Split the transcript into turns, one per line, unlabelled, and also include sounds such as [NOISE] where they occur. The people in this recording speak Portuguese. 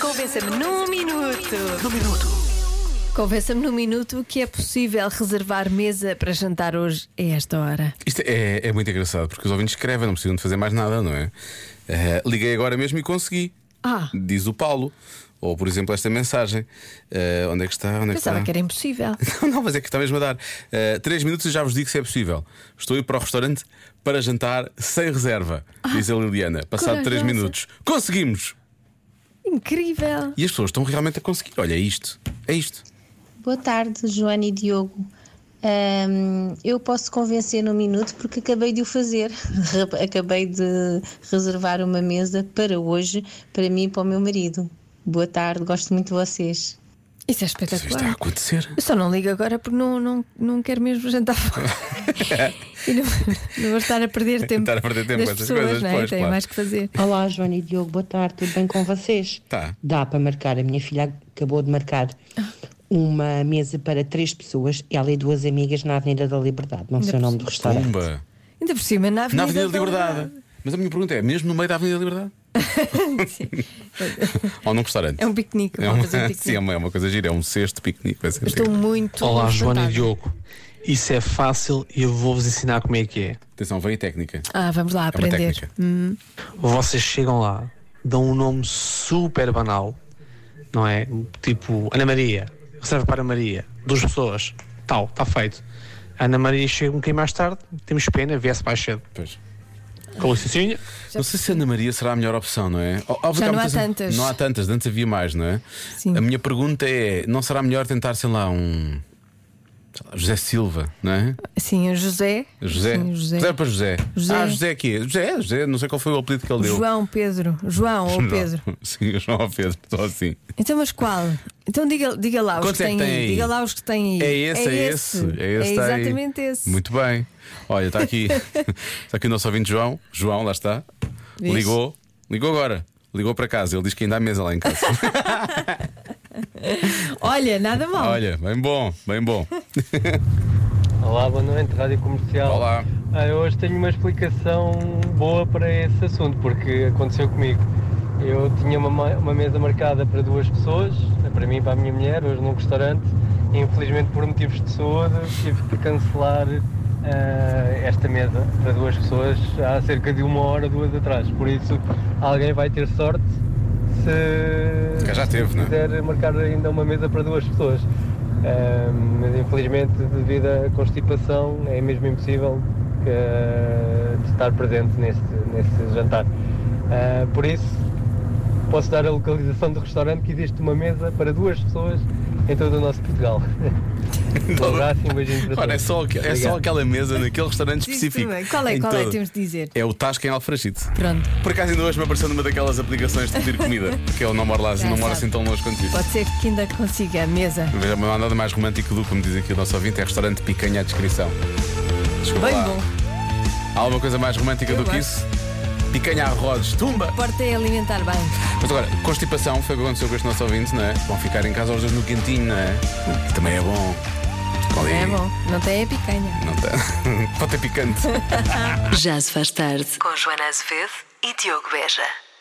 Convença-me num minuto. Num minuto. Convença-me num minuto que é possível reservar mesa para jantar hoje a esta hora.
Isto é, é muito engraçado porque os ouvintes escrevem, não precisam de fazer mais nada, não é? Eh, liguei agora mesmo e consegui.
Ah.
Diz o Paulo. Ou, por exemplo, esta mensagem. Eh, onde é que está? Onde é que
Pensava
está?
que era impossível.
Não, [LAUGHS] não, mas é que está mesmo a dar. Eh, três minutos e já vos digo se é possível. Estou a ir para o restaurante para jantar sem reserva, diz a Liliana. Passado três
Ah, corajosa.
minutos. Conseguimos!
Incrível.
E as pessoas estão realmente a conseguir. Olha, é isto. É isto.
Boa tarde, Joana e Diogo. Ahm, eu posso convencer num minuto porque acabei de o fazer. [LAUGHS] acabei de reservar uma mesa para hoje, para mim e para o meu marido. Boa tarde, gosto muito de vocês.
Isso é
Isto está a
espetacular.
acontecer.
Eu só não ligo agora porque não, não, não quero mesmo jantar
[LAUGHS]
fora. e não, não vou estar a perder tempo.
Estar a perder tempo
das
com essas
pessoas,
coisas,
não é?
pois,
Tenho
claro.
mais que fazer.
Olá, Joana e Diogo, boa tarde, tudo bem com vocês?
Tá.
Dá para marcar, a minha filha acabou de marcar uma mesa para três pessoas, ela e duas amigas na Avenida da Liberdade, não sei o nome do restaurante.
Pumba.
Ainda por cima, na Avenida,
Na Avenida da Liberdade. Mas a minha pergunta é: mesmo no meio da Avenida da Liberdade?
[LAUGHS] Sim.
Ou num restaurante?
É um piquenique.
É
vou
uma,
fazer um piquenique.
[LAUGHS] sim, é uma, é uma coisa gira, é um cesto de piquenique. vai ser
Estou
giro.
muito.
Olá, Joana e
confortável.
Diogo. Isso é fácil e eu vou-vos ensinar como é que é.
Atenção, veio a técnica.
Ah, vamos lá Hum,
É uma
aprender.
técnica.
Vocês chegam lá, dão um nome super banal, não é? Tipo, Ana Maria, reserva para Maria, duas pessoas, tal, está feito. A Ana Maria chega um bocadinho mais tarde, temos pena, viesse mais cedo.
Pois.
Com licencinha,
Não sei se Ana Maria será a melhor opção, não é? Ó- óbvio
Já
que há
não há
muitas-
tantas.
Não há tantas, antes havia mais, não é?
Sim.
A minha pergunta é: não será melhor tentar, sei lá, um. sei lá, José Silva, não é?
Sim, o José.
José.
Sim, o José.
Reserva para José.
José.
Ah, José aqui. José, José, não sei qual foi o apelido que ele deu.
João Pedro. João ou
[LAUGHS] Não.
Pedro.
Sim, João Pedro, só assim.
Então, mas qual? Então diga, diga lá os
Quantos
que
é que
têm
tem aí?
Diga lá os que têm aí.
É esse, é, esse. É esse,
É
está aí.
exatamente esse.
Muito bem. Olha,
[LAUGHS]
está aqui, está aqui o nosso ouvinte João. João, lá está.
Vês?
Ligou. Ligou agora. Ligou para casa. Ele diz que ainda há mesa lá em casa.
[LAUGHS] Olha, nada mal.
Olha, bem bom, bem bom.
Olá, boa noite, Rádio Comercial.
Olá.
Ah, eu hoje tenho uma explicação boa para esse assunto, porque aconteceu comigo. Eu tinha uma, ma- uma mesa marcada para duas pessoas, para mim e para a minha mulher, hoje num restaurante. Infelizmente, por motivos de saúde, tive que cancelar ah, esta mesa para duas pessoas há cerca de uma hora, duas atrás. Por isso, alguém vai ter sorte se.
Cá já
se
teve, não é?
quiser marcar ainda uma mesa para duas pessoas. Ahm, mas infelizmente, devido à constipação, é mesmo impossível que- de estar presente neste, neste jantar. Ah, por isso, posso dar a localização do restaurante que existe uma mesa para duas pessoas em todo o nosso Portugal.
[LAUGHS]
um abraço e um beijinho para
Ora, é
todos.
só, aqu- é só
Obrigado.
aquela mesa naquele restaurante
Diz
específico.
tu bem. Qual é,
Em
qual é?
todo.
Temos de dizer.
É o Tasca em Alfragite.
Pronto.
Por acaso ainda hoje me apareceu numa daquelas aplicações de pedir comida, que eu não moro lá,
Já
não moro
sabe.
assim tão longe quanto isso.
Pode ser que ainda consiga a mesa.
Veja, Não há nada mais romântico do que, como diz aqui o nosso ouvinte, é restaurante picanha à descrição. Desculpa
Bem
lá.
bom.
Há alguma coisa mais romântica
Eu
do que
acho.
isso? Picanha a rodos, tumba!
Porta é alimentar bem.
Mas agora, constipação foi o que aconteceu com este nosso ouvinte, não é? Vão ficar em casa aos dois no quentinho, não é? Que também é bom. Qual
É bom. Não tem a picanha.
Não tem. [LAUGHS] Pode ter picante.
Já se faz tarde com Joana Azevedo e Diogo Beja.